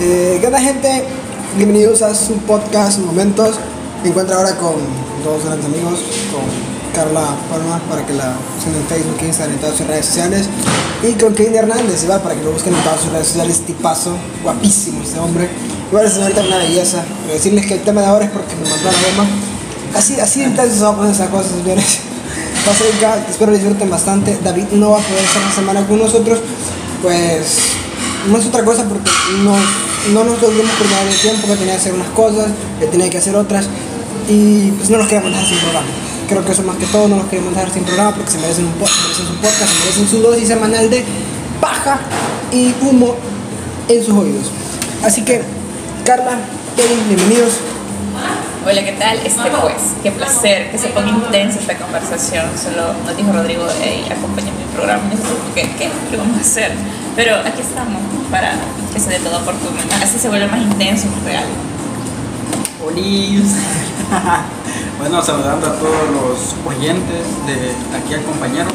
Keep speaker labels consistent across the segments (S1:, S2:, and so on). S1: Eh, ¿Qué onda, gente? Bienvenidos a su podcast Momentos. Me encuentro ahora con dos grandes amigos, con Carla Palma para que la busquen en Facebook, Instagram, en todas sus redes sociales. Y con Kevin Hernández, va para que lo busquen en todas sus redes sociales. Tipazo, guapísimo este hombre. Igual es ahorita una belleza. Pero decirles que el tema de ahora es porque me mandó la goma. Así, así de intensos son pues, esas cosas, señores. Va a ser acá, espero lo disfruten bastante. David no va a poder estar la semana con nosotros, pues no es otra cosa porque no, no nos tuvimos por nada de tiempo, que tenía que hacer unas cosas, que tenía que hacer otras, y pues no nos queríamos dejar sin programa. Creo que eso más que todo, no nos queremos dejar sin programa porque se merecen, un po- se merecen su podcast, se merecen su dosis semanal de paja y humo en sus oídos. Así que, Carla, Kevin, bienvenidos.
S2: Hola, ¿qué tal? Este pues, qué placer que se ponga intensa esta conversación. Solo nos dijo Rodrigo, hey, acompáñame al programa. Y nosotros, ¿qué, ¿qué? ¿Qué vamos a hacer? Pero aquí estamos para que se dé todo oportuno. Así se vuelve más intenso y más real.
S3: Olis. bueno, saludando a todos los oyentes de aquí al compañero.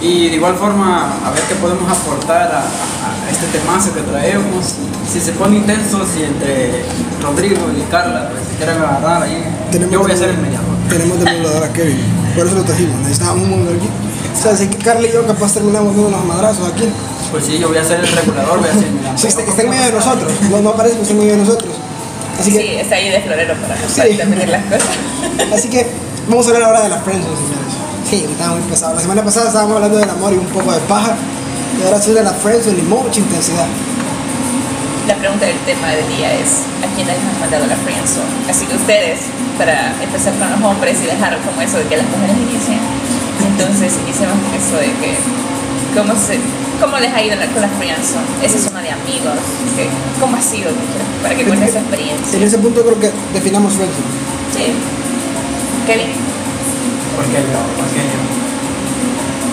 S3: Y de igual forma, a ver qué podemos aportar a, a- a este temazo que traemos. Si se pone intenso, si entre Rodrigo y Carla pues, se quieren agarrar ahí, yo voy a ser el mediador.
S1: Tenemos demoledor a Kevin, por eso lo trajimos. Necesitábamos un mundo aquí. O sea, si Carla y yo capaz terminamos viendo unos madrazos aquí.
S3: Pues sí, yo voy a ser el regulador, voy a ser el mediador.
S1: Sí, este, está, está en medio de nosotros. No, no aparece, pero está en medio de nosotros. Así
S2: Sí,
S1: que,
S2: está ahí de florero para
S1: Sí.
S2: meter las cosas.
S1: así que vamos a hablar ahora de las friendzone, señores. Sí, estaba muy pesado. La semana pasada estábamos hablando del amor y un poco de paja. Y ahora sube la friendzone y mucha intensidad.
S2: La pregunta del tema del día es, ¿a quién les han mandado la friendzone? Así que ustedes, para empezar con los hombres y dejar como eso de que las mujeres inician, entonces iniciamos con eso de que, ¿cómo, se, cómo les ha ido la- con la friendzone? Esa es una de amigos, que, ¿cómo ha sido? Para que cuente esa experiencia.
S1: En ese punto creo que definamos friendzone.
S2: Sí. Kevin,
S3: Porque yo, porque yo.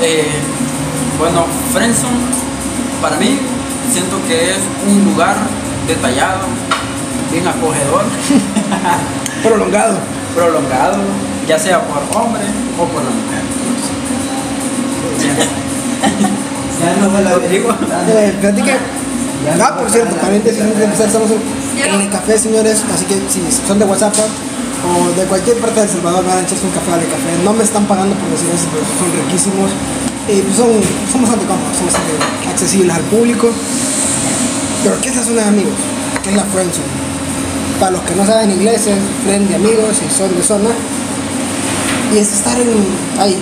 S3: Eh, bueno, Friendzone, para mí, siento que es un lugar detallado, bien acogedor,
S1: Prolongado.
S3: prolongado, ya sea por hombre o por la mujer. Ya no me lo digo.
S1: Eh, platique. Ah, por cierto, paréntesis, antes de empezar, estamos en en el café, señores. Así que si son de WhatsApp o de cualquier parte de El Salvador, van a echarse un café al café. No me están pagando por decir eso, pero son riquísimos. Y pues, son, son bastante cómodos, son bastante accesibles al público. Pero ¿qué es la zona de amigos? ¿Qué es la friendzone? Para los que no saben inglés, es friend de amigos y son de zona. Y es estar en, ahí,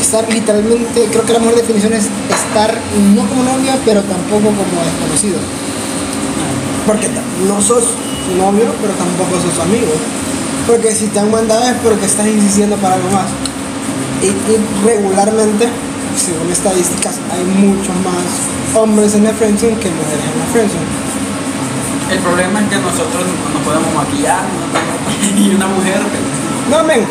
S1: estar literalmente, creo que la mejor definición es estar no como novio, pero tampoco como desconocido. Porque ta- no sos su novio, pero tampoco sos su amigo. Porque si te han mandado es porque estás insistiendo para algo más. Y, y regularmente, según estadísticas, hay muchos más hombres en la friendzone que mujeres en la friendzone.
S3: El problema es que nosotros no nos podemos maquillar, no tenemos- y una mujer, pues,
S1: No, men.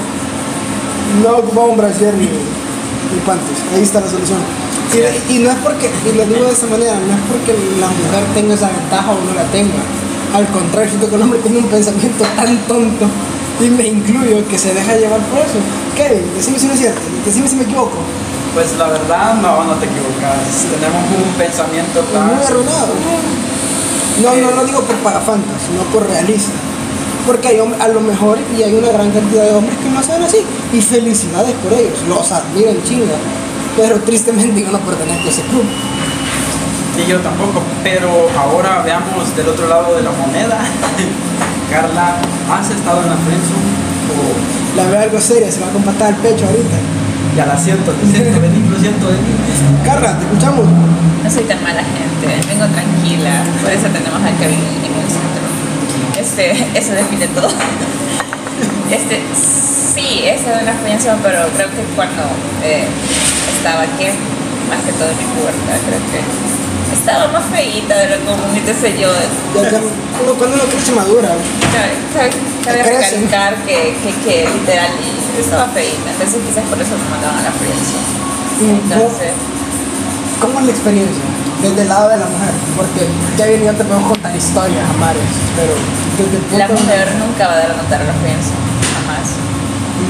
S1: No ocupa un brasier ni, ni panties. Ahí está la solución. Y, y no es porque, y lo digo de esta manera, no es porque la mujer tenga esa ventaja o no la tenga. Al contrario, siento que el hombre tiene un pensamiento tan tonto, y me incluyo, que se deja llevar por eso. Kevin, decime si no es cierto, decime si me equivoco.
S3: pues la verdad no, no te equivocas. Tenemos un pensamiento
S1: Es
S3: tan...
S1: muy arruinado. No, no lo digo por pagafantas, sino por realista. Porque hay hom- a lo mejor, y hay una gran cantidad de hombres que no son así. Y felicidades por ellos, los admiro en chinga. Pero tristemente yo no pertenezco a ese club.
S3: Y yo tampoco, pero ahora veamos del otro lado de la moneda. Carla, ¿has estado en la friendzone?
S1: La veo algo seria, se va a compatar al pecho ahorita.
S3: O ya la siento, te siento, vení, lo siento, vení.
S1: Carla, ¿te escuchamos?
S2: no soy tan mala gente, vengo tranquila, por eso tenemos al Kevin en el centro. Este, eso define todo. Este, sí, esa es una experiencia, pero creo que cuando eh, estaba aquí, más que todo en mi puerta, creo que estaba más feíta de lo común y qué sé yo.
S1: Ya, ya, uno cuando uno crece madura,
S2: Cabe- cabe- Cabe
S1: Crece.
S2: recalcar que, que, que literal estaba feíta, entonces quizás por eso me mandaban a la prensa.
S1: Mm, ¿cómo-
S2: Entonces,
S1: ¿Cómo es la experiencia? Desde el lado de la mujer, porque Kevin y yo te podemos contar historias, amares, pero desde el punto
S2: la
S1: de vista-
S2: mujer nunca va a dar a notar la prensa, jamás.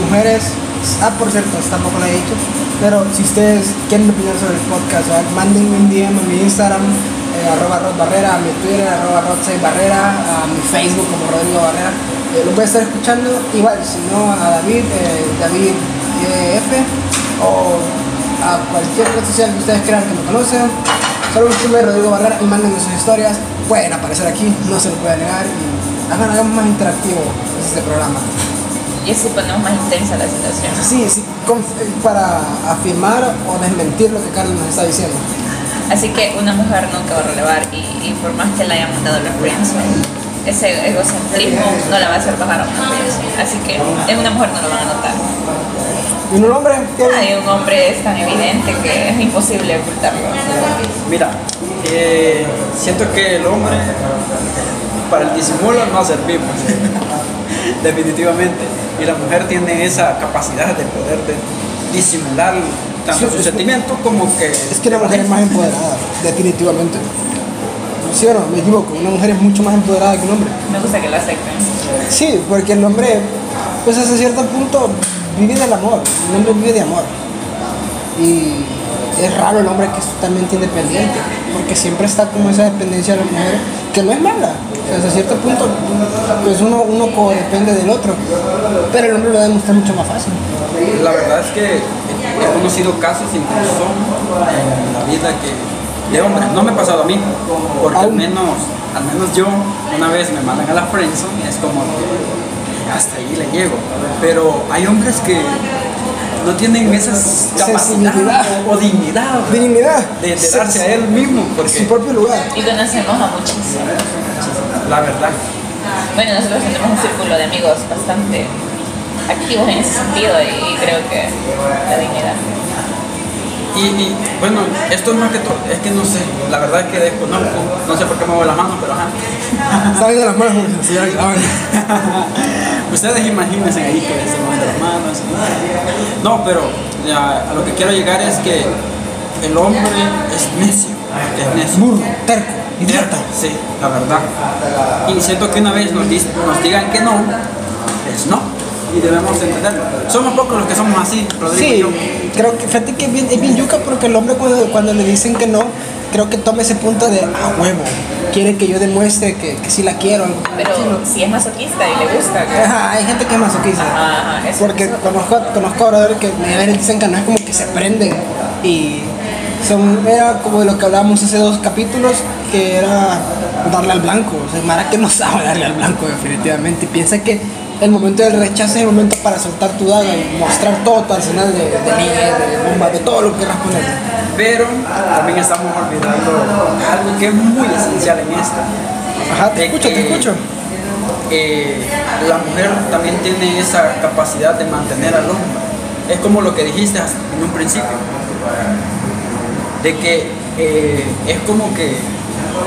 S1: mujeres, ah, por cierto, tampoco lo he dicho, pero si ustedes quieren opinar sobre el podcast, ¿verdad? mándenme un DM a mi Instagram, eh, eh, arroba Rod Barrera, a mi Twitter, arroba Rod 6 Barrera, a mi Facebook como Rodrigo Barrera. Eh, lo pueden estar escuchando igual, si no a David, eh, David eh, F, o a cualquier red social que ustedes crean que me conocen. Solo escriben Rodrigo Barrera y mándenme sus historias. Pueden aparecer aquí, no se lo puede negar. Y hagan, hagamos más interactivo este programa.
S2: Y así ponemos más intensa la situación.
S1: Sí, sí, con- eh, para afirmar o desmentir lo que Carlos nos está diciendo.
S2: Así que una mujer nunca va a relevar y, y por más que le hayan mandado la friendzone, ese egocentrismo no la va a hacer bajar a una friendzone. Así que en una mujer no lo van a notar.
S1: Y un hombre, Kevin?
S2: Ay, un hombre es tan evidente que es imposible ocultarlo.
S3: Mira, eh, siento que el hombre para el disimulo no servimos, definitivamente. Y la mujer tiene esa capacidad de poder de disimular tanto
S1: Sí,
S3: sus
S1: es-
S3: sentimientos como que...
S1: Es que la mujer es más empoderada, definitivamente. ¿Sí o no? Me equivoco. Una mujer es mucho más empoderada que un hombre.
S2: Me gusta que lo acepten.
S1: Sí, porque el hombre, pues hasta cierto punto, vive del amor. El hombre vive de amor. Y es raro el hombre que es totalmente independiente, porque siempre está como esa dependencia de la mujer, que no es mala. O sea, hasta cierto punto, pues uno, uno depende del otro. Pero el hombre lo demuestra mucho más fácil.
S3: La verdad es que he conocido casos incluso en la vida que de hombres, no me ha pasado a mí, porque al
S1: Aún.
S3: menos, al menos yo una vez me mandan a la friendzone, es como que hasta ahí le llego. Pero hay hombres que no tienen esa
S1: Sensibilidad.
S3: capacidad o dignidad
S1: Dignidad.
S3: de, de darse a él mismo,
S1: Su
S3: porque
S1: propio lugar.
S2: Y conocemos a muchísimos.
S3: la verdad,
S2: Bueno, nosotros tenemos un círculo de amigos bastante activos en ese sentido y, y creo que la dignidad.
S3: y, y, bueno, esto es más que todo, es que no sé, la verdad es que desconozco, no sé por qué muevo la mano, pero ajá.
S1: Salen de las manos. señora Clavel.
S3: Ustedes imagínense ahí que se mueven las manos. No, pero ya, a lo que quiero llegar es que el hombre es necio. Es necio.
S1: Burro, terco, idiota.
S3: Sí, la verdad. Y siento que una vez nos, dis- nos digan que no, es no. Y debemos entenderlo. Somos pocos los que somos así, Rodrigo y
S1: Sí,
S3: yo.
S1: creo que fíjate que es bien, es bien yuca porque el hombre cuando, cuando le dicen que no, creo que toma ese punto de ah huevo, quiere que yo demuestre que, que sí la quiero. algo por el
S2: Pero
S1: estilo.
S2: si es masoquista y le gusta, que-
S1: Ajá, hay gente que es masoquista.
S2: Ajá, ajá, eso-
S1: Porque
S2: eso-
S1: conozco, a- conozco a brother que a veces dicen que no es como que se prenden. Y son, era como de lo que hablábamos hace dos capítulos, que era darle al blanco. O sea, Mara que no sabe darle al blanco definitivamente. Y piensa que el momento del rechazo es el momento para soltar tu daga y mostrar todo tu arsenal de, de líneas, de bombas, de todo lo que quieras poner.
S3: Pero también estamos olvidando algo que es muy esencial en esto.
S1: Ajá, te
S3: De
S1: escucho, te
S3: que-
S1: escucho.
S3: eh, la mujer también tiene esa capacidad de mantener al hombre. Es como lo que dijiste en un principio, de que eh, es como que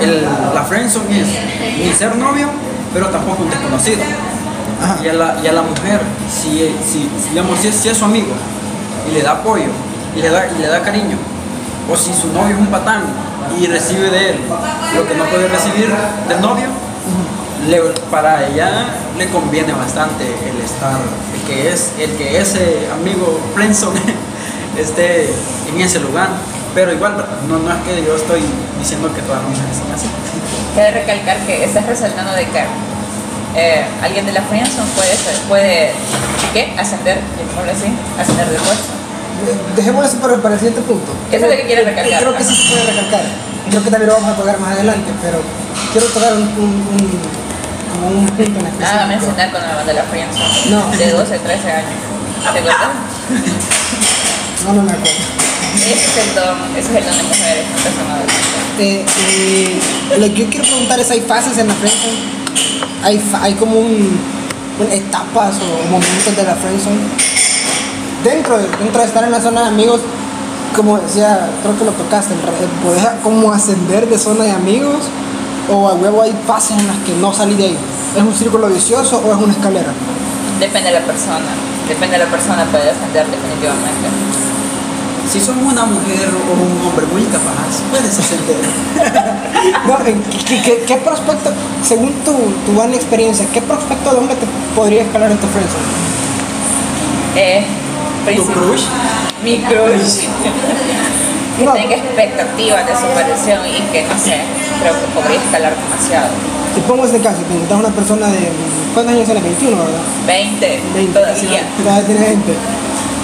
S3: el- la friendzone es ni ser novio, pero tampoco un desconocido.
S1: Ajá.
S3: Y a la, y a la mujer, si, si, digamos, si es, si es su amigo y le da apoyo y le da, y le da cariño, o si su novio es un patán y recibe de él lo que no puede recibir del novio, le- para ella le conviene bastante el estar, el que, es, el que ese amigo Princeton esté en ese lugar. Pero igual, no, no es que yo estoy diciendo que todas las mujeres son así.
S2: Cabe recalcar que estás resaltando de que eh, alguien de la friendzone puede ser, puede ¿qué? ascender, llamémoslo así, ascender de puesto.
S1: De- Dejémoslo eso para, para el siguiente punto.
S2: Eso es lo que quiero recalcar.
S1: Creo que sí se puede recalcar. Creo que también lo vamos a tocar más adelante, pero quiero tocar un, un- un- como un punto en específico.
S2: Nada mencionar cuando Ah, me mandó la friendzone.
S1: No.
S2: De 12, 13 años. ¿Te acuerdas?
S1: No, no me acuerdo.
S2: Ese es el don, ese es el don de mujeres, no personas adultas.
S1: Eh, eh, lo que yo quiero preguntar es, ¿hay fases en la friendzone? ¿Hay, fa- hay como un, un etapas o momentos de la friendzone? Dentro de, dentro de estar en la zona de amigos, como decía, creo que lo tocaste, en realidad, ¿podés como ascender de zona de amigos? ¿O a huevo hay fases en las que no salí de ahí? ¿Es un círculo vicioso o es una escalera?
S2: Depende de la persona. Depende de la persona puede ascender definitivamente.
S3: Si sos una mujer o un hombre muy capaz, puedes ascender.
S1: No, eh, ¿qué, qué- qué prospecto, según tu, tu buena experiencia, qué prospecto de hombre te podría escalar en tu friendzone?
S2: Eh,
S3: ¿Tu
S2: princip-
S3: crush?
S2: Mi crush. que
S1: No.
S2: tenga expectativas de superación y que no sé, creo que podría escalar demasiado.
S1: Te pongo este caso, te encontrás una persona de. ¿Cuántos años eres? 21, ¿verdad?
S2: 20,
S1: 20,
S2: todavía.
S1: Todavía tiene 20.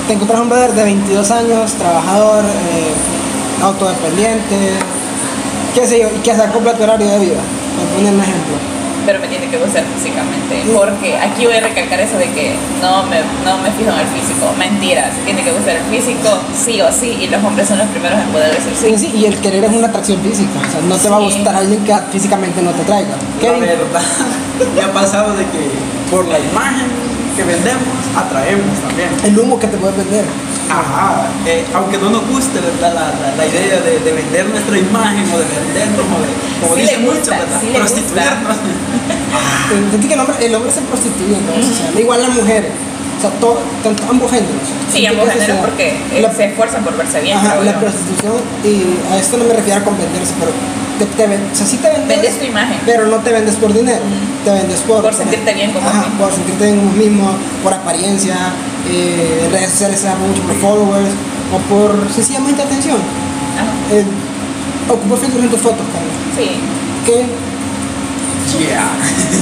S1: Te encontrás un brother de 22 años, trabajador, eh, autodependiente, qué sé yo, y que se acopla a tu horario de vida. Por poner un ejemplo.
S2: pero me tiene que gustar físicamente.
S1: Sí.
S2: Porque aquí voy a recalcar eso de que no me, no me fijo en el físico. Mentiras, tiene que gustar el físico, sí o sí, y los hombres son los primeros en poder decir sí.
S1: Pues Sí, sí, y el querer es una atracción física. O sea, no te va a
S2: Sí.
S1: gustar alguien que físicamente no te traiga.
S3: La
S1: Kevin,
S3: verdad, me ha pasado de que por la imagen que vendemos, atraemos también.
S2: eh.
S1: el humo que te puede vender.
S3: Ajá, eh, aunque no nos guste ¿verdad? La, la- la idea de, de vender nuestra imagen o de vendernos o de, como
S2: Sí
S3: dicen
S2: le gusta,
S3: mucho, ¿verdad?
S2: sí le
S3: prostituirnos.
S1: Eh, Sentí que el hombre, el hombre se prostituye, ¿no? O sea, igual las mujeres. O sea, todo, tanto, ambos géneros.
S2: Sí,
S1: Sentí
S2: ambos
S1: que se da.
S2: géneros porque eh,
S1: La-
S2: se esfuerzan por verse bien.
S1: Ajá,
S2: pero
S1: la
S2: bueno,
S1: prostitución, y a esto no me refiero a con venderse, pero te, te ven- o sea, sí te vendes,
S2: Vendes tu imagen.
S1: pero no te vendes por dinero, te vendes por...
S2: Por sentirte bien con vos
S1: Ajá,
S2: mismo.
S1: por sentirte bien vos mismo, por apariencia, eh, en redes sociales se da mucho por followers, o por sencillamente atención.
S2: ajá,
S1: Eh, ocupo filtros en tus fotos, Carlos,
S2: sí.
S1: que
S3: Yeah.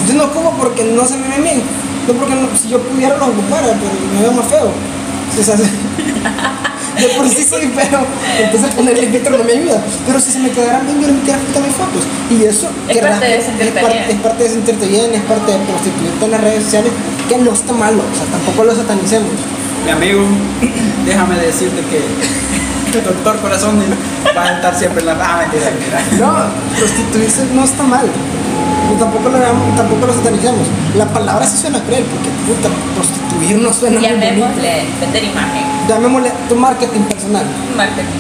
S1: yo no ocupo porque no se me ven bien, no porque no- si yo pudiera los ocupara, pero me veo más feo. O sea, de por sí soy feo, entonces ponerle filtro no me ayuda. Pero si se me quedaran bien, yo les metiera puta mis fotos. Y eso
S2: Es
S1: que
S2: parte de
S1: es,
S2: sentirte
S1: par-
S2: bien.
S1: es parte de sentirte bien, es parte de prostituirte en las redes sociales, que no está malo, o sea, tampoco lo satanicemos.
S3: Mi amigo, déjame decirte que tu doctor corazón va a estar siempre en la... Ah, mentira, mentira.
S1: No, prostituirse no está mal. Y tampoco lo, veamos- tampoco lo satanicemos. La palabra sí suena cruel, porque puta, prostituir no suena muy bonito.
S2: Llamémosle vender imagen,
S1: Llamémosle tu marketing personal.
S2: marketing.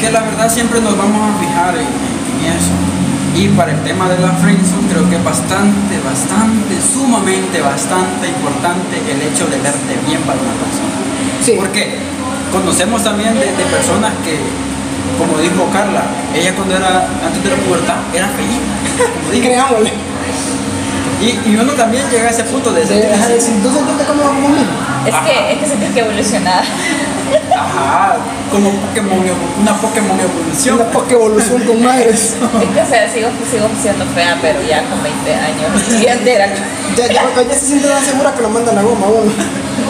S3: que la verdad siempre nos vamos a fijar en, en- en eso. Y para el tema de la friendzone creo que es bastante, bastante, sumamente, bastante importante el hecho de verte bien para una persona.
S1: Sí.
S3: Porque conocemos también de, de personas que, como dijo Carla, ella cuando era, antes de la pubertad, era feliz. como
S1: Y
S3: dijo.
S1: creámosle.
S3: Y, y uno también llega a ese punto de
S1: Deja de
S3: sentirse
S1: decir, ¿tú sentiste cómo vamos
S2: Es
S3: Ajá.
S2: que, es que sentir que evolucionar.
S3: ajá, como Pokémon, evo- una Pokémon evolución.
S1: Una poca evolución con madres.
S2: Es que, o sea, sigo, sigo siendo fea, pero ya con 20 años. Y antes era-
S1: Ya, ya, ya se siente tan segura que lo mandan a la goma, bueno.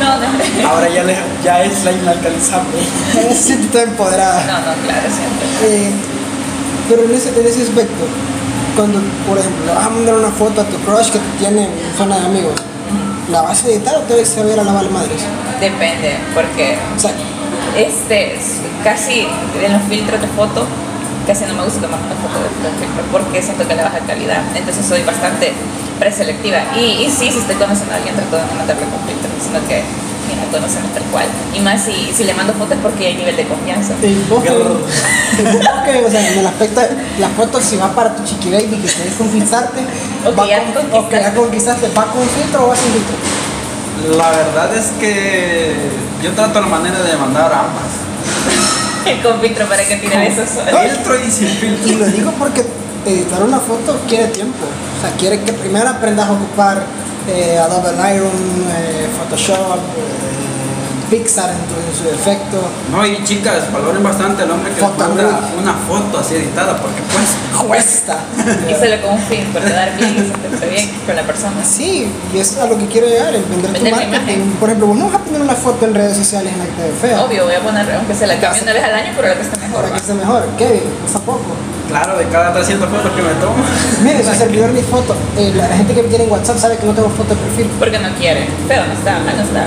S2: No, no.
S3: Ahora ya, le- ya es la inalcanzable.
S1: Ya se siente toda empoderada.
S2: No, no, claro, siempre.
S1: Eh, pero en ese, en ese aspecto, cuando, por ejemplo, le vas a mandar una foto a tu crush que te tiene en zona de amigos, ¿la vas a editar o te vas a ver a lavar madres?
S2: Depende, porque
S1: O sea,
S2: este s- casi en los filtros de foto casi no me gusta tomar una foto de de filtro porque siento que le baja calidad entonces soy bastante preselectiva y, y sí si estoy conociendo a alguien trato de no matarle con filtro sino que mira conocemos tal cual y más si, si le mando fotos es porque hay nivel de confianza
S1: el vos que,
S3: Qué
S1: el
S3: horror.
S1: vos que, o sea, en el aspecto de las fotos, si va para tu chiqui baby que quieres conquistarte,
S2: O que
S1: va
S2: ya
S1: con- o que ya
S2: conquistaste.
S1: conquistaste, ¿va con filtro o va sin filtro?
S3: La verdad es que yo trato la manera de mandar ambas.
S2: con filtro para que tire besos
S3: Filtro y sin filtro.
S1: Y lo digo porque editar una foto quiere tiempo. O sea, quiere que primero aprendas a ocupar eh, Adobe Lightroom, eh, Photoshop, eh, Pixar en, tu- en su defecto.
S3: No, y chicas, valoren bastante al hombre que les
S1: Foto,
S3: manda
S1: ¿verdad?
S3: una foto así editada, porque pues
S1: Cuesta.
S2: y solo con un fin por quedar bien y sentirse bien con la persona
S1: Sí, y es a lo que quiero llegar, es vender tu
S2: Vender tu
S1: marketing.
S2: imagen.
S1: Por ejemplo, vos no vas a poner una foto en redes sociales en la que te ve fea.
S2: obvio voy a poner aunque se la cambie una vez al año pero la que está mejor
S1: Para
S2: ¿va?
S1: que esté mejor. Kevin, pues tampoco.
S3: claro, de cada 300 fotos que me tomo.
S1: Miren, su servidor mis fotos. Eh, la gente que me tiene en WhatsApp sabe que no tengo foto de perfil.
S2: porque no quiere pero no está mal no está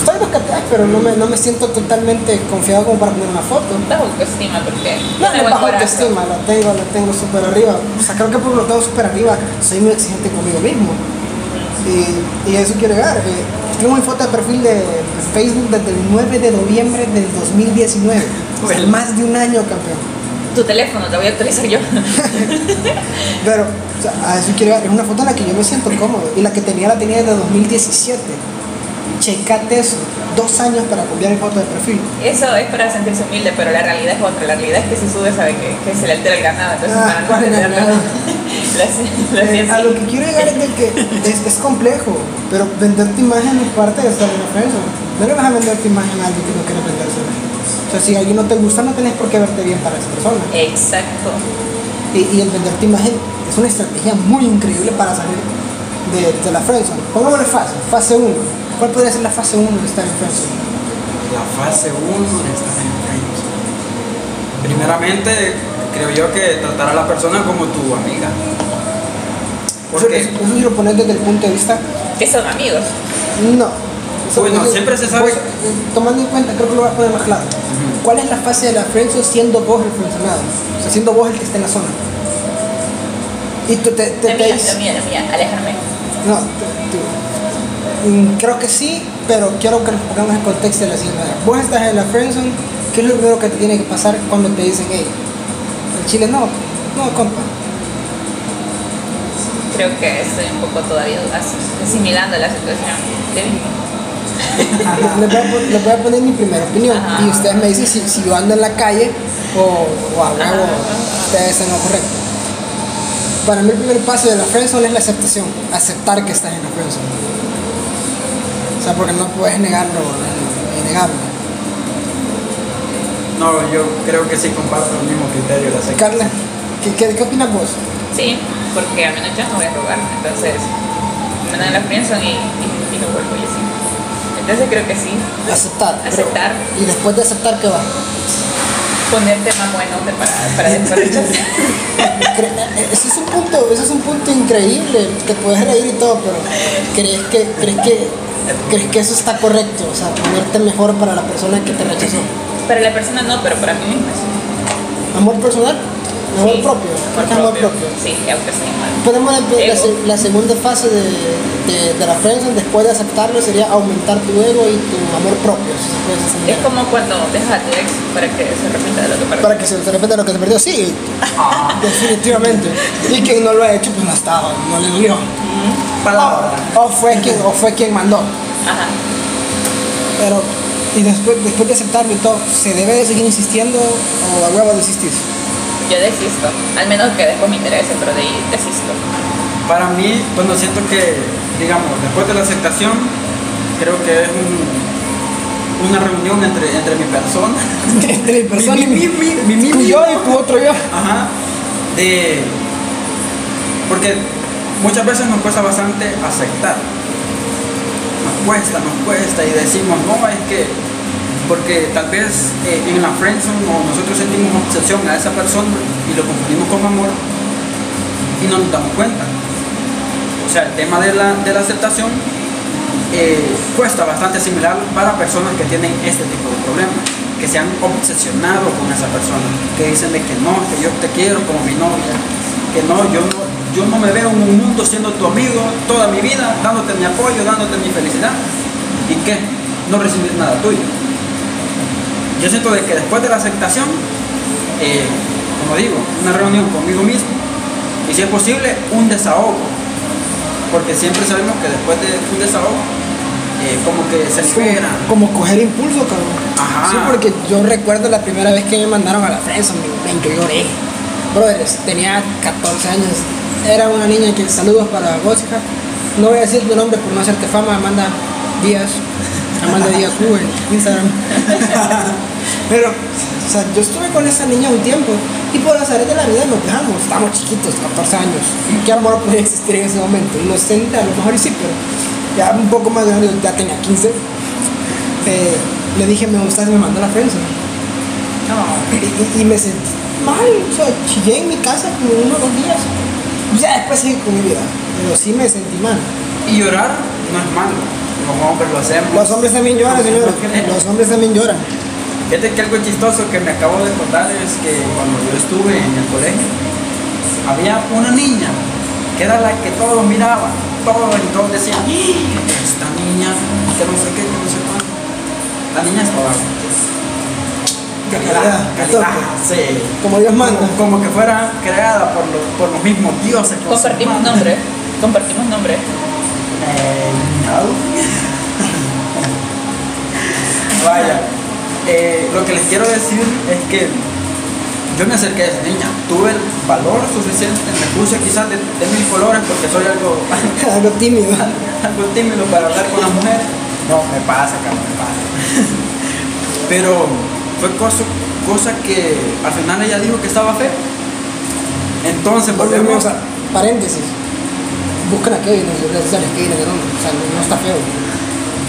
S1: Estoy los cateados, pero no me, no me siento totalmente confiado como para poner una foto.
S2: bajo autoestima porque
S1: No,
S2: me
S1: no bajo autoestima, la tengo, la tengo súper arriba. O sea, creo que porque lo tengo súper arriba, soy muy exigente conmigo mismo. Y, y a eso quiero llegar. eh, Tengo mi foto de perfil de Facebook desde el 9 de noviembre del 2019. O sea,
S3: Bueno.
S1: más de un año, campeón.
S2: Tu teléfono, te voy a actualizar yo.
S1: Pero o sea, a eso quiero llegar. Es una foto en la que yo me siento cómodo. Y la que tenía la tenía desde 2017. Checate eso. Dos años para cambiar mi foto de perfil.
S2: Eso es para sentirse humilde, pero la realidad es otra. La realidad es que si sube sabe que, que se le altera el ganado. Entonces,
S1: Ah,
S2: para
S1: ¿cuál
S2: no alterarlo,
S1: ganado?
S2: lo hace- lo
S1: Eh,
S2: hace
S1: a
S2: así.
S1: lo que quiero llegar es de que es, es complejo, pero vender tu imagen es parte de estar en ofensa. No le vas a vender tu imagen a alguien que no quiere venderse. O sea, si alguien no te gusta, no tenés por qué verte bien para esa persona.
S2: Exacto.
S1: Y, y el venderte imagen es una estrategia muy increíble para salir de, de la friendzone. Pongámosle fase, fase 1. ¿Cuál podría ser la fase 1 de estar en friendzone?
S3: La fase 1 de estar en friendzone. Primeramente, creo yo que tratar a la persona como tu amiga.
S1: Eso,
S3: Porque,
S1: eso si lo pones desde el punto de vista
S2: Que son amigos.
S1: No.
S3: Bueno,
S1: Porque,
S3: siempre se sabe-
S1: vos, eh, tomando en cuenta, creo que lo voy a poner más claro. ¿Cuál es la fase de la friendzone siendo vos el funcionado? O sea, siendo vos el que está en la zona. Y tú te, te,
S2: La mía,
S1: te-
S2: la mía, la mía. Alejarme.
S1: No, te- te- mm, creo que sí, pero quiero que nos pongamos en contexto de la siguiente manera. Vos estás en la friendzone, ¿qué es lo primero que te tiene que pasar cuando te dicen, hey, el chile no, no, compa?
S2: Creo que estoy un poco todavía as- asimilando la situación de mí.
S1: Ajá. Les voy, a, pon- les voy a poner mi primera opinión
S2: Ajá.
S1: y ustedes me dicen si, si yo ando en la calle o, o a huevo,
S2: Ajá.
S1: ustedes están en lo correcto. Para mí el primer paso de la friendzone es la aceptación, aceptar que estás en la friendzone. O sea, porque no puedes negarlo, ni negarlo.
S3: no, yo creo que sí comparto el mismo criterio. La seca.
S1: Carla, ¿qué, qué, qué opinas vos?
S2: Sí, porque al menos yo no voy a robar. Entonces, me dan la friendzone y, y, y no vuelvo y así. Entonces creo que sí,
S1: Aceptar. pero-
S2: Aceptar.
S1: y después de aceptar, ¿qué va?
S2: ponerte más bueno de para, para después rechazar.
S1: Cre- Ese es un punto, ese es un punto increíble, te puedes reír y todo, pero crees que, crees que, crees que eso está correcto, o sea, ponerte mejor para la persona que te rechazó.
S2: Para la persona no, pero para mí misma sí.
S1: Amor personal, amor
S2: Sí,
S1: propio,
S2: Por
S1: porque es amor propio.
S2: Sí, que aunque sea mal.
S1: Ponemos la, la
S2: Ego.
S1: se- la segunda fase de, de, de la friendzone, después de aceptarlo, sería aumentar tu ego y tu amor propio, si se puede
S2: Es
S1: asimilar.
S2: como cuando dejas a tu ex para que se arrepienta de lo que perdió.
S1: Para que se te repita lo que te perdió, sí, definitivamente. Y quien no lo ha hecho, pues no estaba, no le dolió.
S3: Palabra.
S1: O fue quien, o fue quien mandó.
S2: Ajá.
S1: Pero, y después, después de aceptarlo y todo, ¿se debe de seguir insistiendo o a huevo desistís?
S2: Yo desisto. Al menos que después me interese, pero de ahí desisto.
S3: Para mí, bueno, siento que, digamos, después de la aceptación, creo que es un- una reunión entre, entre mi persona,
S1: Entre mi persona y mi,
S3: Mi- mi- mi- mi-
S1: tu
S3: mi-
S1: yo y tu otro yo.
S3: ajá, de... Porque muchas veces nos cuesta bastante aceptar. Nos cuesta, nos cuesta y decimos, no, es que... Porque tal vez eh, en la friendzone o nosotros sentimos obsesión a esa persona y lo confundimos con amor y no nos damos cuenta. O sea, el tema de la, de la aceptación eh, cuesta bastante asimilarlo para personas que tienen este tipo de problemas, que se han obsesionado con esa persona, que dicen de que no, que yo te quiero como mi novia, que no, yo no, yo no me veo en un mundo siendo tu amigo toda mi vida, dándote mi apoyo, dándote mi felicidad, y que no recibir nada tuyo. Yo siento de que después de la aceptación, eh, como digo, una reunión conmigo mismo, y si es posible, un desahogo. Porque siempre sabemos que después de un desahogo, eh, como que se libera.
S1: Como, como coger impulso, cabrón.
S3: Ajá.
S1: Sí, porque yo recuerdo la primera vez que me mandaron a la prensa, me, yo lloré. Brothers, tenía 14 años. Era una niña que saludos para vos, hija. No voy a decir tu nombre por no hacerte fama, Amanda Díaz. Amanda Díaz U en Instagram. Pero, o sea, yo estuve con esa niña un tiempo y por las áreas de la vida nos dejamos. Estábamos chiquitos, 14 años. ¿Qué amor podía existir en ese momento? Inocente, a lo mejor y sí, pero ya un poco más grande, ya tenía 15. eh, le dije, me gustas y me mandó a la prensa.
S2: No.
S1: Y, y- y me sentí mal, o sea, chillé en mi casa como uno o dos días. Ya después seguí con mi vida, pero sí me sentí mal.
S3: Y llorar no es malo. Los hombres lo hacemos.
S1: Los hombres también lloran, señores. Los hombres también lloran.
S3: Fíjate que algo chistoso que me acabo de contar es que cuando yo estuve en el colegio, había una niña que era la que todos miraban, todos y todos decían, "Ih, esta niña, que no sé qué, que no sé cuánto. La niña estaba.
S1: Calidad,
S3: calidad,
S1: tope.
S3: sí.
S1: Como Dios manda.
S3: Como, como que fuera creada por, lo- por los mismos dioses. que los
S2: Compartimos
S3: humanos.
S2: nombre. Compartimos nombre.
S3: Eh, no. Vaya, eh, lo que les quiero decir es que yo me acerqué a esa niña, tuve el valor suficiente, me puse quizás de, de mil colores porque soy algo,
S1: Algo tímido.
S3: algo tímido para hablar con las mujeres. No, me pasa, cabrón, me pasa. Pero fue cosa, cosa que al final ella dijo que estaba fea. Entonces,
S1: Volvemos
S3: volvemos
S1: a paréntesis. Buscan a Kevin en sus redes sociales, Kevin Calderón, o sea, no, no está feo.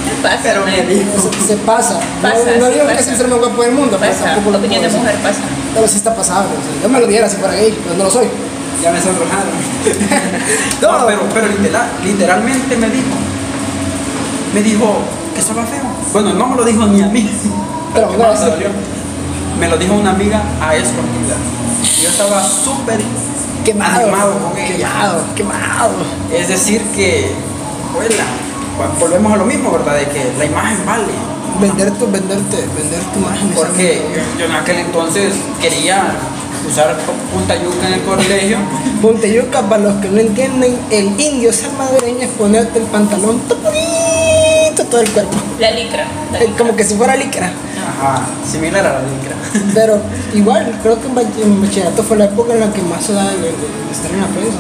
S2: ¿Qué pasa?
S3: Pero
S2: man?
S3: me dijo.
S1: Se, se pasa. No-
S2: Pasa,
S1: no,
S2: sí
S1: digo que
S2: pasa.
S1: es el ser más guapo del mundo, pero
S2: Pasa,
S1: tampoco lo
S2: opinión de
S1: puedo
S2: mujer
S1: decir.
S2: pasa.
S1: Pero sí está pasable. o sea, yo me lo diera si fuera gay, pero no lo soy. Ah,
S3: Ya me sonrojaron.
S1: No.
S3: no, pero, pero literal- literalmente me dijo. Me dijo que estaba feo. Bueno, no me lo dijo ni a mí.
S1: Pero
S3: que
S1: bueno,
S3: más me
S1: sí.
S3: dolió. Me lo dijo una amiga a escondida. Yo estaba súper
S1: Quemado.
S3: animado con ella.
S1: quemado, quemado.
S3: Es decir que, huela, volvemos a lo mismo, ¿verdad? De que la imagen vale.
S1: Vender tu, venderte, vender tu imagen.
S3: Porque yo, yo en aquel entonces quería usar punta yuca en el colegio.
S1: Ponteyuca, para los que no entienden, el indio salvadoreño es ponerte el pantalón topito todo el cuerpo.
S2: La licra. la
S1: Eh,
S2: licra.
S1: Como que si fuera licra.
S3: Ajá, similar a la licra.
S1: Pero igual, creo que en bach- en bachillerato fue la época en la que más se da el, el, el estar en la prensa.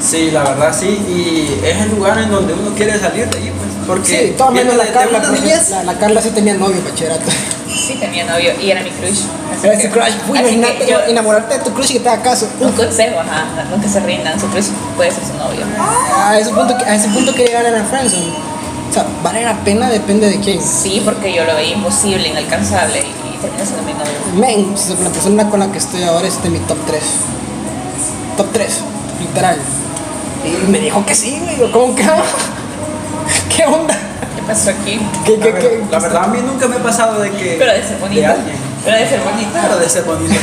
S3: Sí, la verdad sí, y es el lugar en donde uno quiere salir de allí, pues. Porque
S1: Sí, todo menos la
S3: viene de- de
S1: Carla. pues.
S3: una
S1: porque
S3: niñez.
S1: La, la Carla sí tenía novio en bachillerato.
S2: Sí, tenía novio y era mi crush. así
S1: Era
S2: que-
S1: ese crush. Uy,
S2: así que
S1: imagínate
S2: yo-
S1: enamorarte de tu crush y que te haga caso.
S2: Un consejo, ajá, nunca se rindan, su crush puede ser su novio.
S1: A ese punto, que- a ese punto que llegar a la friendzone. O sea, vale la pena depende de quién.
S2: Sí, porque yo lo veía imposible, inalcanzable y terminó siendo mi novio.
S1: Men, si la persona con la que estoy ahora es de mi top 3. Top 3, literal. Y me dijo que sí, güey. Yo, ¿Cómo que no? ¿Qué onda?
S2: ¿Qué pasó aquí?
S1: ¿Qué,
S3: La,
S1: qué,
S3: ver-
S1: qué?
S3: la verdad a mí nunca me ha pasado de que...
S2: Pero de ser bonito.
S3: De alguien.
S2: Pero de ser bonito.
S3: Claro, de ser bonito.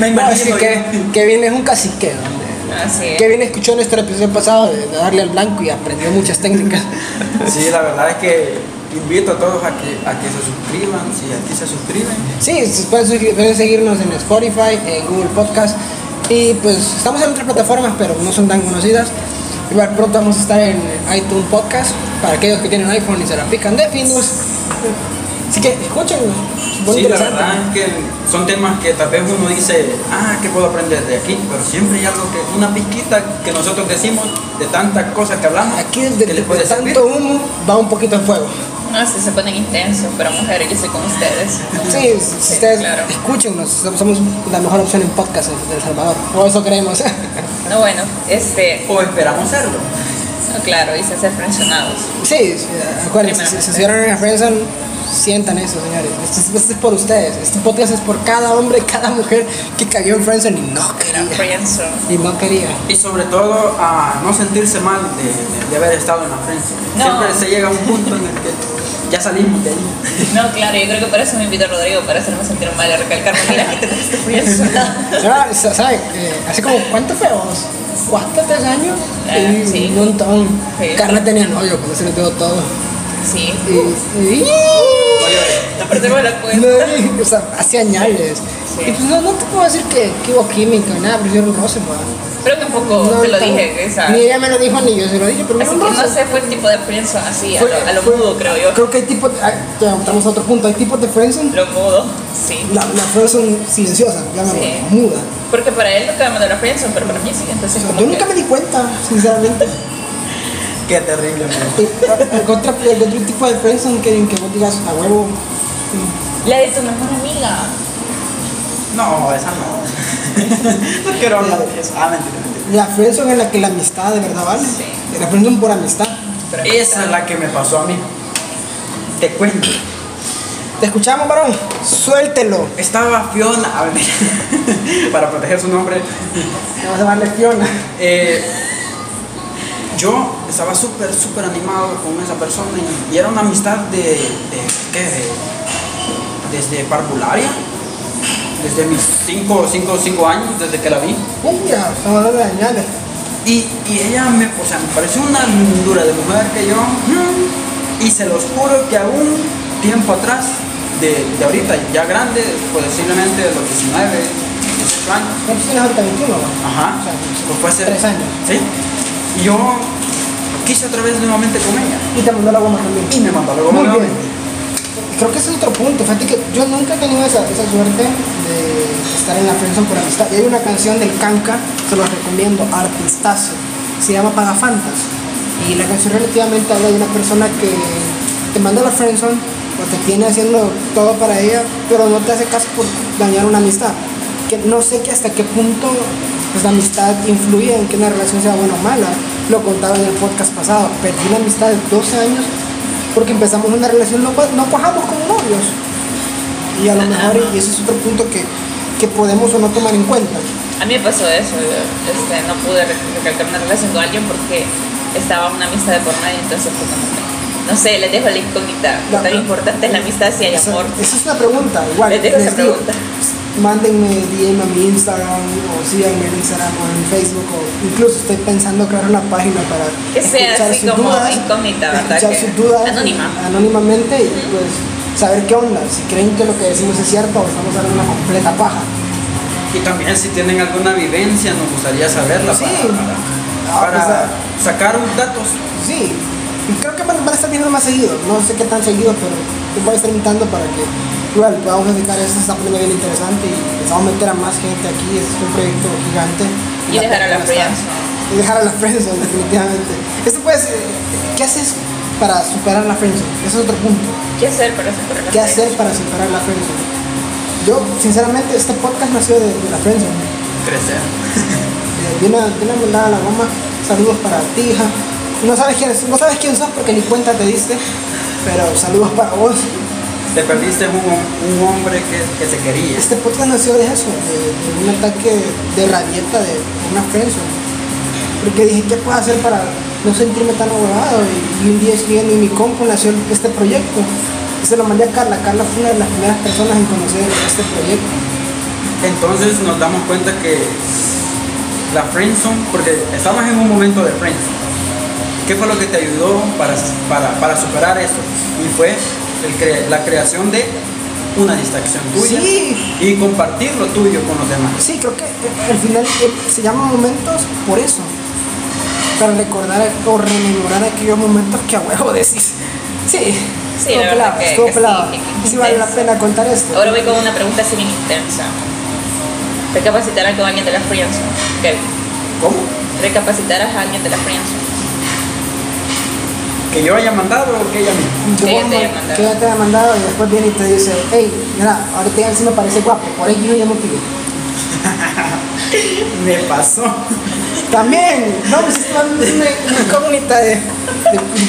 S3: me
S1: No, es
S3: imagino
S1: que Kevin- Kevin es un cacique. hombre.
S2: Así es.
S1: Kevin escuchó nuestro episodio pasado de darle al blanco y aprendió muchas técnicas.
S3: yo. Sí, la verdad es que invito a todos a que, a que se suscriban, si aquí se suscriben.
S1: Sí, se pueden, suscri- pueden seguirnos en Spotify, en Google Podcast. Y pues estamos en otras plataformas, pero no son tan conocidas. Igual pronto vamos a estar en iTunes Podcast para aquellos que tienen iPhone y se la pican de finos. Así que escúchenlo. es muy
S3: Sí, la
S1: interesante.
S3: verdad es que son temas que tal vez uno dice, ah, ¿qué puedo aprender de aquí? Pero siempre hay algo que, una pizquita que nosotros decimos de tantas cosas que hablamos,
S1: Aquí desde
S3: que les puede servir.
S1: tanto humo va un poquito de fuego.
S2: No, sí, se ponen intensos, pero mujeres, yo estoy con ustedes.
S1: Sí, si ustedes
S2: claro.
S1: escúchennos. Somos la mejor opción en podcast de El Salvador. O eso creemos.
S2: No, bueno, este,
S3: O esperamos serlo.
S2: no, claro, hice ser presionados.
S1: Sí, sí, acuérdense, si se subieron en la friendzone, sientan eso, señores. Esto es, esto es por ustedes. Este podcast es por cada hombre, y cada mujer que cayó en friendzone y no
S2: Era
S1: quería.
S2: friendzone.
S1: Y no quería.
S3: Y sobre todo a no sentirse mal de, de- de haber estado en la prensa.
S2: No.
S3: Siempre se llega a un punto en el que ya salimos de ahí.
S2: No, claro, yo creo que para eso me invitó Rodrigo, para hacerme sentir mal y recalcarme, mira, que tenés tu friendzone.
S1: Ah, sa- ¿Sabe? Eh, hace como, ¿cuánto fue? ¿Unos ¿Cuatro, tres años?
S2: Ah,
S1: Y
S2: sí.
S1: Un montón.
S2: Sí.
S1: Carla tenía novio, cuando se lo dio todo.
S2: Sí,
S1: Y, y-
S3: Oye,
S2: la perdemos la
S1: no,
S2: cuenta.
S1: y, o sea, hace añales.
S2: Sí.
S1: Y pues no, no te puedo decir que, que hubo química, nada, pero yo era un roce, ma.
S2: Creo que un poco Oh, te lo dije, esa.
S1: Ni ella me lo dijo ni yo se lo dije, pero
S2: Así
S1: era
S2: que
S1: un roce.
S2: no sé, fue el tipo de friendzone así, a
S1: Fue-
S2: lo, a lo
S1: fue-
S2: mudo, creo yo.
S1: Creo que hay tipos, ah, ya entramos a otro punto, hay tipos de friendzone.
S2: Lo mudo, sí.
S1: La, la friendzone silenciosa, ya me
S2: Sí.
S1: muda.
S2: Porque para él nunca me mandó la friendzone, pero para mí sí, entonces como
S1: Yo
S2: que-
S1: nunca me di cuenta, sinceramente. Eh,
S3: qué terrible, man.
S1: El otro, el otro tipo de friendzone que, que vos digas a huevo.
S2: La de tu mejor amiga.
S3: No, esa no. no quiero hablar de eso. Ah, mentira, mentira.
S1: La friendzone en la que la amistad de verdad vale.
S2: Sí.
S1: La friendzone por amistad.
S2: Pero-
S3: Esa es la que me pasó a mí. Te cuento.
S1: ¿Te escuchamos, varón? Suéltelo.
S3: Estaba Fiona, a ver, para proteger su nombre.
S1: Vamos a llamarle Fiona.
S3: Eh, yo estaba súper, súper animado con esa persona y, y era una amistad de, de ¿qué? De- desde parvularia, desde mis 5 cinco, cinco años, desde que la vi.
S1: Uy, ya, estamos hablando de añales.
S3: Y, y ella me, o sea, me pareció una dura de mujer que yo. mm, Y se los juro que aún tiempo atrás, de, de ahorita ya grande, posiblemente de los 19, 18 años,
S1: ¿Cuántos tienes ahorita? 21, ¿no?
S3: Ajá.
S1: O sea,
S3: Pues fue hace
S1: tres años.
S3: Sí. Y yo quise otra vez nuevamente con ella.
S1: Y te mandó la goma también.
S3: Y me mandó luego
S1: Muy bien.
S3: nuevamente.
S1: Creo que ese es otro punto. Fíjate que yo nunca he tenido esa, esa suerte de estar en la prensa por amistad. Y hay una canción del Canca, se los recomiendo, artistazo. Se llama Pagafantas. Y la canción relativamente habla de una persona que te mandó a la friendzone o te tiene haciendo todo para ella, pero no te hace caso por dañar una amistad. Que no sé que hasta qué punto pues, la amistad influye en que una relación sea buena o mala. Lo contaba en el podcast pasado, perdí una amistad de 12 años porque empezamos una relación, no, cua- no cuajamos como novios. Y a lo mejor, y ese es otro punto que, que podemos o no tomar en cuenta.
S2: A mí me pasó eso, yo, este, no pude re- recalcar una relación con alguien porque estaba una amistad de por medio, entonces fue como que, no sé, les dejo la incógnita,
S1: No,
S2: tan
S1: no.
S2: importante es la amistad si hay
S1: Esa,
S2: amor.
S1: esa es una pregunta, igual.
S2: Les dejo esa
S1: digo,
S2: pregunta.
S1: Mándenme DM a mi Instagram o síganme en Instagram o en Facebook o incluso estoy pensando crear una página para
S2: Que sea
S1: escuchar
S2: así
S1: sus
S2: como
S1: dudas,
S2: incógnita, ¿verdad?
S1: escuchar
S2: Que-
S1: sus dudas
S2: anónima.
S1: anónimamente y pues saber qué onda, si creen que lo que decimos es cierto o estamos dando una completa paja.
S3: Y también si tienen alguna vivencia, nos gustaría saberla
S1: Sí.
S3: para, para-
S1: Ah,
S3: para
S1: o sea-
S3: sacar datos.
S1: Sí, y creo que van, van a estar viendo más seguido, no sé qué tan seguido, pero te voy a estar invitando para que igual podamos dedicar esto, se está poniendo bien interesante y les vamos a meter a más gente aquí, este es un proyecto gigante.
S2: Y dejar a la
S1: pena está- Y dejar a la friendzone, definitivamente. Esto pues, eh, ¿qué haces para superar la friendzone? Ese es otro punto.
S2: ¿Qué hacer para superar la
S1: ¿Qué
S2: friendzone?
S1: hacer para superar la friendzone? Yo, sinceramente, este podcast nació de, de la friendzone.
S3: Crecer.
S1: Eh, De una, de una mandada a la goma, saludos para ti, hija. No sabes quién, es- no sabes quién sos porque ni cuenta te diste, pero saludos para vos.
S3: Te perdiste un, hom- un hombre que, que se quería.
S1: Este podcast nació de eso, de, de un ataque de rabieta, de una friendzone. Porque dije, ¿qué puedo hacer para no sentirme tan abogado? Y, y un día escribiendo en mi compu nació este proyecto. Y se lo mandé a Carla. Carla fue una de las primeras personas en conocer este proyecto.
S3: Entonces nos damos cuenta que la friendzone, porque estabas en un momento de friendzone. ¿Qué fue lo que te ayudó para, para, para superar eso? Y fue el cre- la creación de una distracción tuya
S1: Sí.
S3: y compartir lo tuyo con los demás.
S1: Sí, creo que eh, al final eh, se llama momentos por eso. Para recordar o rememorar aquellos momentos que a huevo decís. Sí,
S2: Sí, la verdad que-
S1: estuvo
S2: que sí,
S1: pelado.
S2: que- que
S1: Sí vale la
S2: intenso.
S1: pena contar esto.
S2: Ahora voy con una pregunta así bien intensa. ¿Recapacitarás con alguien de la friendzone? ¿Qué?
S3: ¿Cómo?
S2: ¿Recapacitarás a alguien de la friendzone?
S3: ¿Que yo haya mandado o que ella misma?
S1: Yo
S2: que ya
S1: como-
S2: te haya mandado.
S1: que ya te haya mandado y después viene y te dice, hey, mira, ahorita ya sí me parece guapo, por ahí yo ya me pido.
S3: Me pasó.
S1: También, no, pues esto es una, una incógnita de, de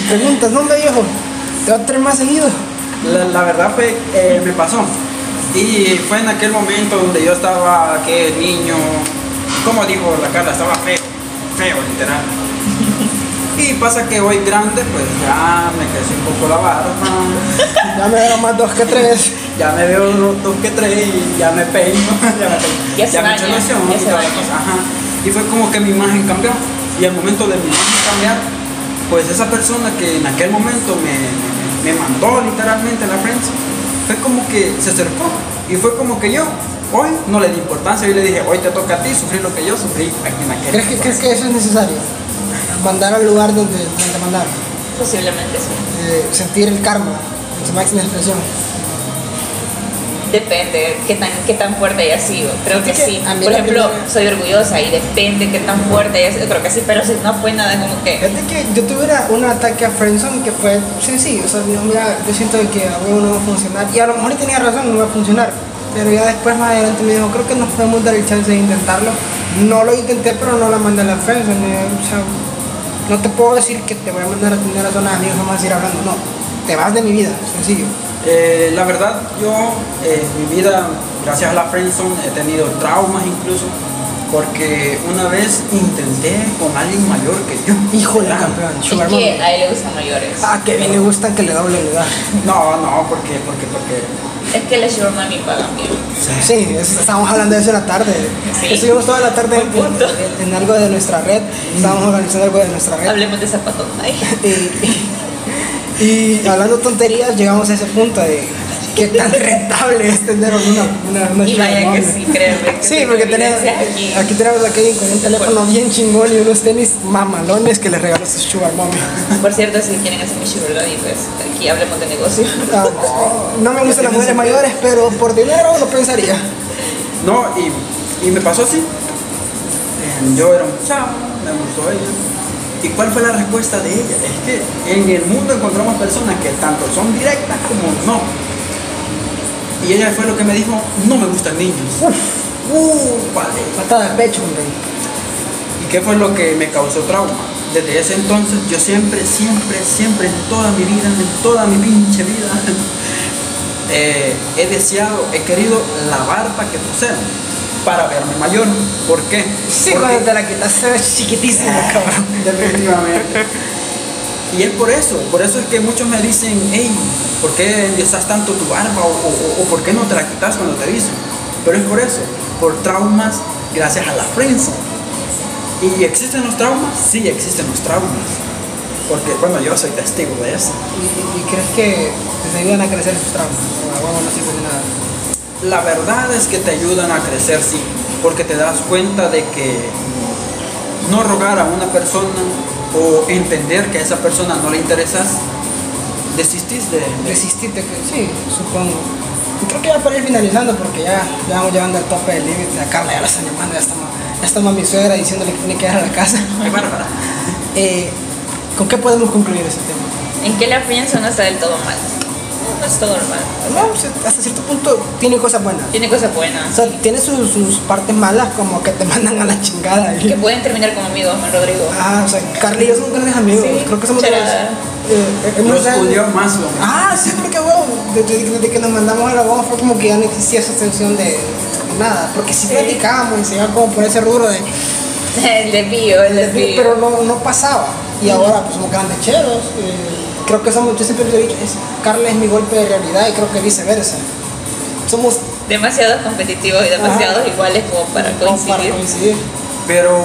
S1: preguntas, ¿dónde dijo? Te va a traer más seguido.
S3: La, la verdad fue, eh, me pasó. Y fue en aquel momento donde yo estaba, que niño, como dijo la Carla, estaba feo, feo literal. Y pasa que hoy grande, pues ya me creció un poco la barba,
S1: Ya me dieron más dos que tres.
S3: ya me veo los dos que tres, y ya me peino, ya me peino,
S2: Ya se
S3: me
S2: baña,
S3: loción
S2: ya
S3: y
S2: se
S3: todas
S2: baña.
S3: las cosas, ajá. Y fue como que mi imagen cambió. Y al momento de mi imagen cambiar, pues esa persona que en aquel momento me, me mandó literalmente a la prensa, fue como que se acercó. Y fue como que yo, hoy no le di importancia, yo le dije, hoy te toca a ti sufrir lo que yo sufrí aquí en aquel
S1: ¿Crees que, ¿Crees
S3: entonces".
S1: que eso es necesario? Mandar al lugar donde, donde mandar.
S2: Posiblemente sí.
S1: Eh, sentir el karma en su máxima expresión.
S2: Depende qué tan, qué tan fuerte haya sido. Creo que
S1: Es que
S2: sí.
S1: a mí
S2: Por
S1: la
S2: ejemplo,
S1: primera-
S2: soy orgullosa y depende qué tan fuerte haya sido. Creo que sí, pero si no fue nada como que.
S1: Fíjate que yo tuve una- un ataque a Friendzone que fue sencillo. O sea, yo, mira, yo siento de que a huevo no va a funcionar. Y a lo mejor tenía razón, no va a funcionar. Pero ya después, más adelante, me dijo, creo que nos podemos dar el chance de intentarlo. No lo intenté, pero no la mandé a la Friendzone. Eh, O sea, no te puedo decir que te voy a mandar a tener a zona de amigos, vamos a ir hablando. No, te vas de mi vida, sencillo.
S3: Eh, la verdad, yo, eh, mi vida, gracias a la Friendzone, he tenido traumas incluso, porque una vez intenté con alguien mayor que yo.
S1: Hijo de
S3: Ah,
S1: campeón,
S2: Es
S1: sugar mommy.
S2: que a él le gustan mayores.
S1: Ah, que bien le gustan que le doble el lugar.
S3: No, no, porque, porque, porque.
S2: Es que las sugar mami pagan bien.
S1: Sí, es- estábamos hablando de eso en la tarde.
S2: Sí.
S1: Estuvimos toda la tarde en,
S2: Buen punto.
S1: en- en algo de nuestra red. Estábamos organizando algo de nuestra red.
S2: Hablemos de zapatos. Ay.
S1: Y, y hablando tonterías, llegamos a ese punto de qué tan rentable es tener una, una, una
S2: Y vaya que
S1: móvil.
S2: sí, créeme. que
S1: Sí,
S2: tengo
S1: porque tenemos,
S2: evidencias aquí.
S1: aquí tenemos a Kevin con un teléfono bien chingón y unos tenis mamalones que le regaló su sugar mommy.
S2: Por cierto, si quieren hacer mi sugar daddy, pues aquí hablemos de negocio.
S1: Ah, no me gustan las mujeres mayores, pero por dinero lo pensaría.
S3: No, y, y me pasó así. Eh, yo era un chavo, me gustó ella. ¿Y cuál fue la respuesta de ella? Es que en el mundo encontramos personas que tanto son directas como no. Y ella fue lo que me dijo, no me gustan niños. Uh, vale.
S1: Patada de pecho, hombre.
S3: ¿Y qué fue lo que me causó trauma? Desde ese entonces yo siempre, siempre, siempre, en toda mi vida, en toda mi pinche vida, eh, he deseado, he querido la barba que poseo para verme mayor. ¿Por qué?
S1: Sí,
S3: Porque-
S1: cuando te la quitas, se ve chiquitísimo, cabrón.
S3: Definitivamente. Y es por eso, por eso es que muchos me dicen, hey, ¿por qué endiosas tanto tu barba? O, o- o ¿por qué no te la quitas cuando te dicen? Pero es por eso, por traumas gracias a la prensa. ¿Y existen los traumas? Sí, existen los traumas. Porque, bueno, yo soy testigo de eso.
S1: ¿Y, y- y crees que pues, te ayudan a crecer sus traumas? O a huevo no sirve de nada.
S3: La verdad es que te ayudan a crecer, sí, porque te das cuenta de que no rogar a una persona o entender que a esa persona no le interesas, desistís de... de-
S1: Resististe, que pues, sí, supongo. Y creo que ya para ir finalizando, porque ya, ya vamos llevando al tope del límite. La Carla ya la está llamando, ya estamos, ya estamos a mi suegra diciéndole que tiene que ir a la casa.
S3: Qué bárbara.
S1: Eh, ¿Con qué podemos concluir ese tema?
S2: Es que la frianza no está del todo mal. No es todo mal.
S1: No, pues, hasta cierto punto tiene cosas buenas.
S2: Tiene cosas
S1: O
S2: buenas.
S1: sea, tiene sus, sus partes malas, como que te mandan a la chingada.
S2: Que pueden terminar como amigos, Juan Rodrigo.
S1: Ah, o sea, Carla y yo somos grandes amigos.
S2: Sí,
S1: creo que somos de los.
S2: chara.
S1: eh, hemos
S3: Lo
S1: estado-
S3: estudió más o menos.
S1: Ah, sí, porque bueno, desde, desde que nos mandamos a la bomba fue como que ya no existía esa tensión de, de nada, porque sí,
S2: Sí.
S1: platicábamos y se iba como por ese rubro de,
S2: El desvío, el desvío.
S1: pero no, no pasaba. Y ahora pues somos grandes cheros, eh, creo que somos, yo siempre lo he dicho, es, Carla es mi golpe de realidad y creo que viceversa. Somos
S2: demasiados competitivos y demasiados
S1: Ajá.
S2: iguales como para
S1: como
S2: coincidir.
S1: Para coincidir.
S3: Pero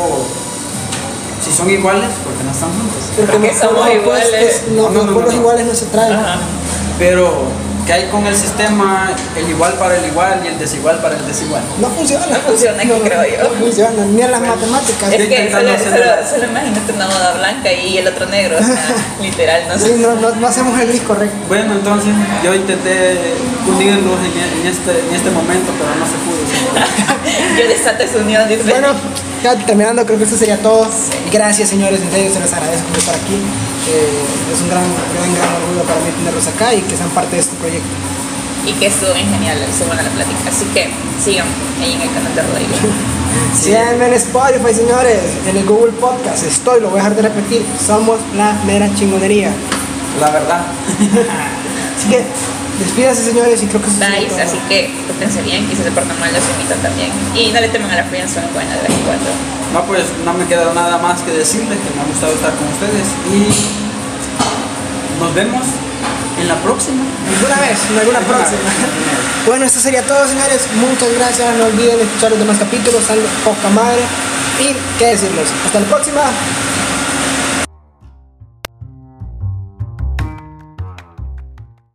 S3: si son iguales, porque no están juntos.
S1: Porque
S2: Porque
S1: no-
S2: somos
S1: no, pues,
S2: iguales.
S1: es- no,
S3: No,
S1: no,
S3: no,
S1: por los
S3: no.
S1: iguales no se traen.
S2: Ajá.
S3: Pero, ¿qué hay con el sistema? El igual para el igual y el desigual para el desigual.
S1: No funciona.
S2: No funciona, que creo yo. Eh.
S1: No funciona, ni en las matemáticas.
S2: Es que
S3: intentando
S2: solo,
S3: hacer
S2: solo,
S3: una-
S2: solo imagínate una boda blanca y el otro negro, o sea, literal, no
S1: Sí,
S2: sé.
S1: no, no- no hacemos el gris correcto.
S3: Bueno, entonces yo intenté unirlos en, en este, en este momento, pero no se pudo. se pudo.
S2: Yo desato esa unión, dice.
S1: Bueno, ya terminando, creo que eso sería todo. Gracias, señores, en serio, se les agradezco por estar aquí. Eh, es un gran, gran, gran orgullo para mí tenerlos acá y que sean parte de este proyecto.
S2: Y que estuvo bien genial, estuvo buena la plática. Así que sigan ahí en el canal de Rodrigo.
S3: Sí.
S1: Síganme en Spotify, señores, en el Google Podcast. Estoy, lo voy a dejar de repetir. Somos la mera chingonería.
S3: La verdad.
S1: Así que despídase, señores, y creo que eso sería
S2: Nice,
S1: todo.
S2: así que pensarían bien, quizás se portan mal, los invitan también. Y no le teman a la prensa, no pueden de vez en cuando.
S3: No, pues no me queda nada más que decirles que me ha gustado estar con ustedes y nos vemos en la próxima.
S1: Alguna vez, en alguna próxima. Bueno, esto sería todo, señores. Muchas gracias. No olviden escuchar los demás capítulos. Salen poca madre. Y qué decirles. Hasta la próxima.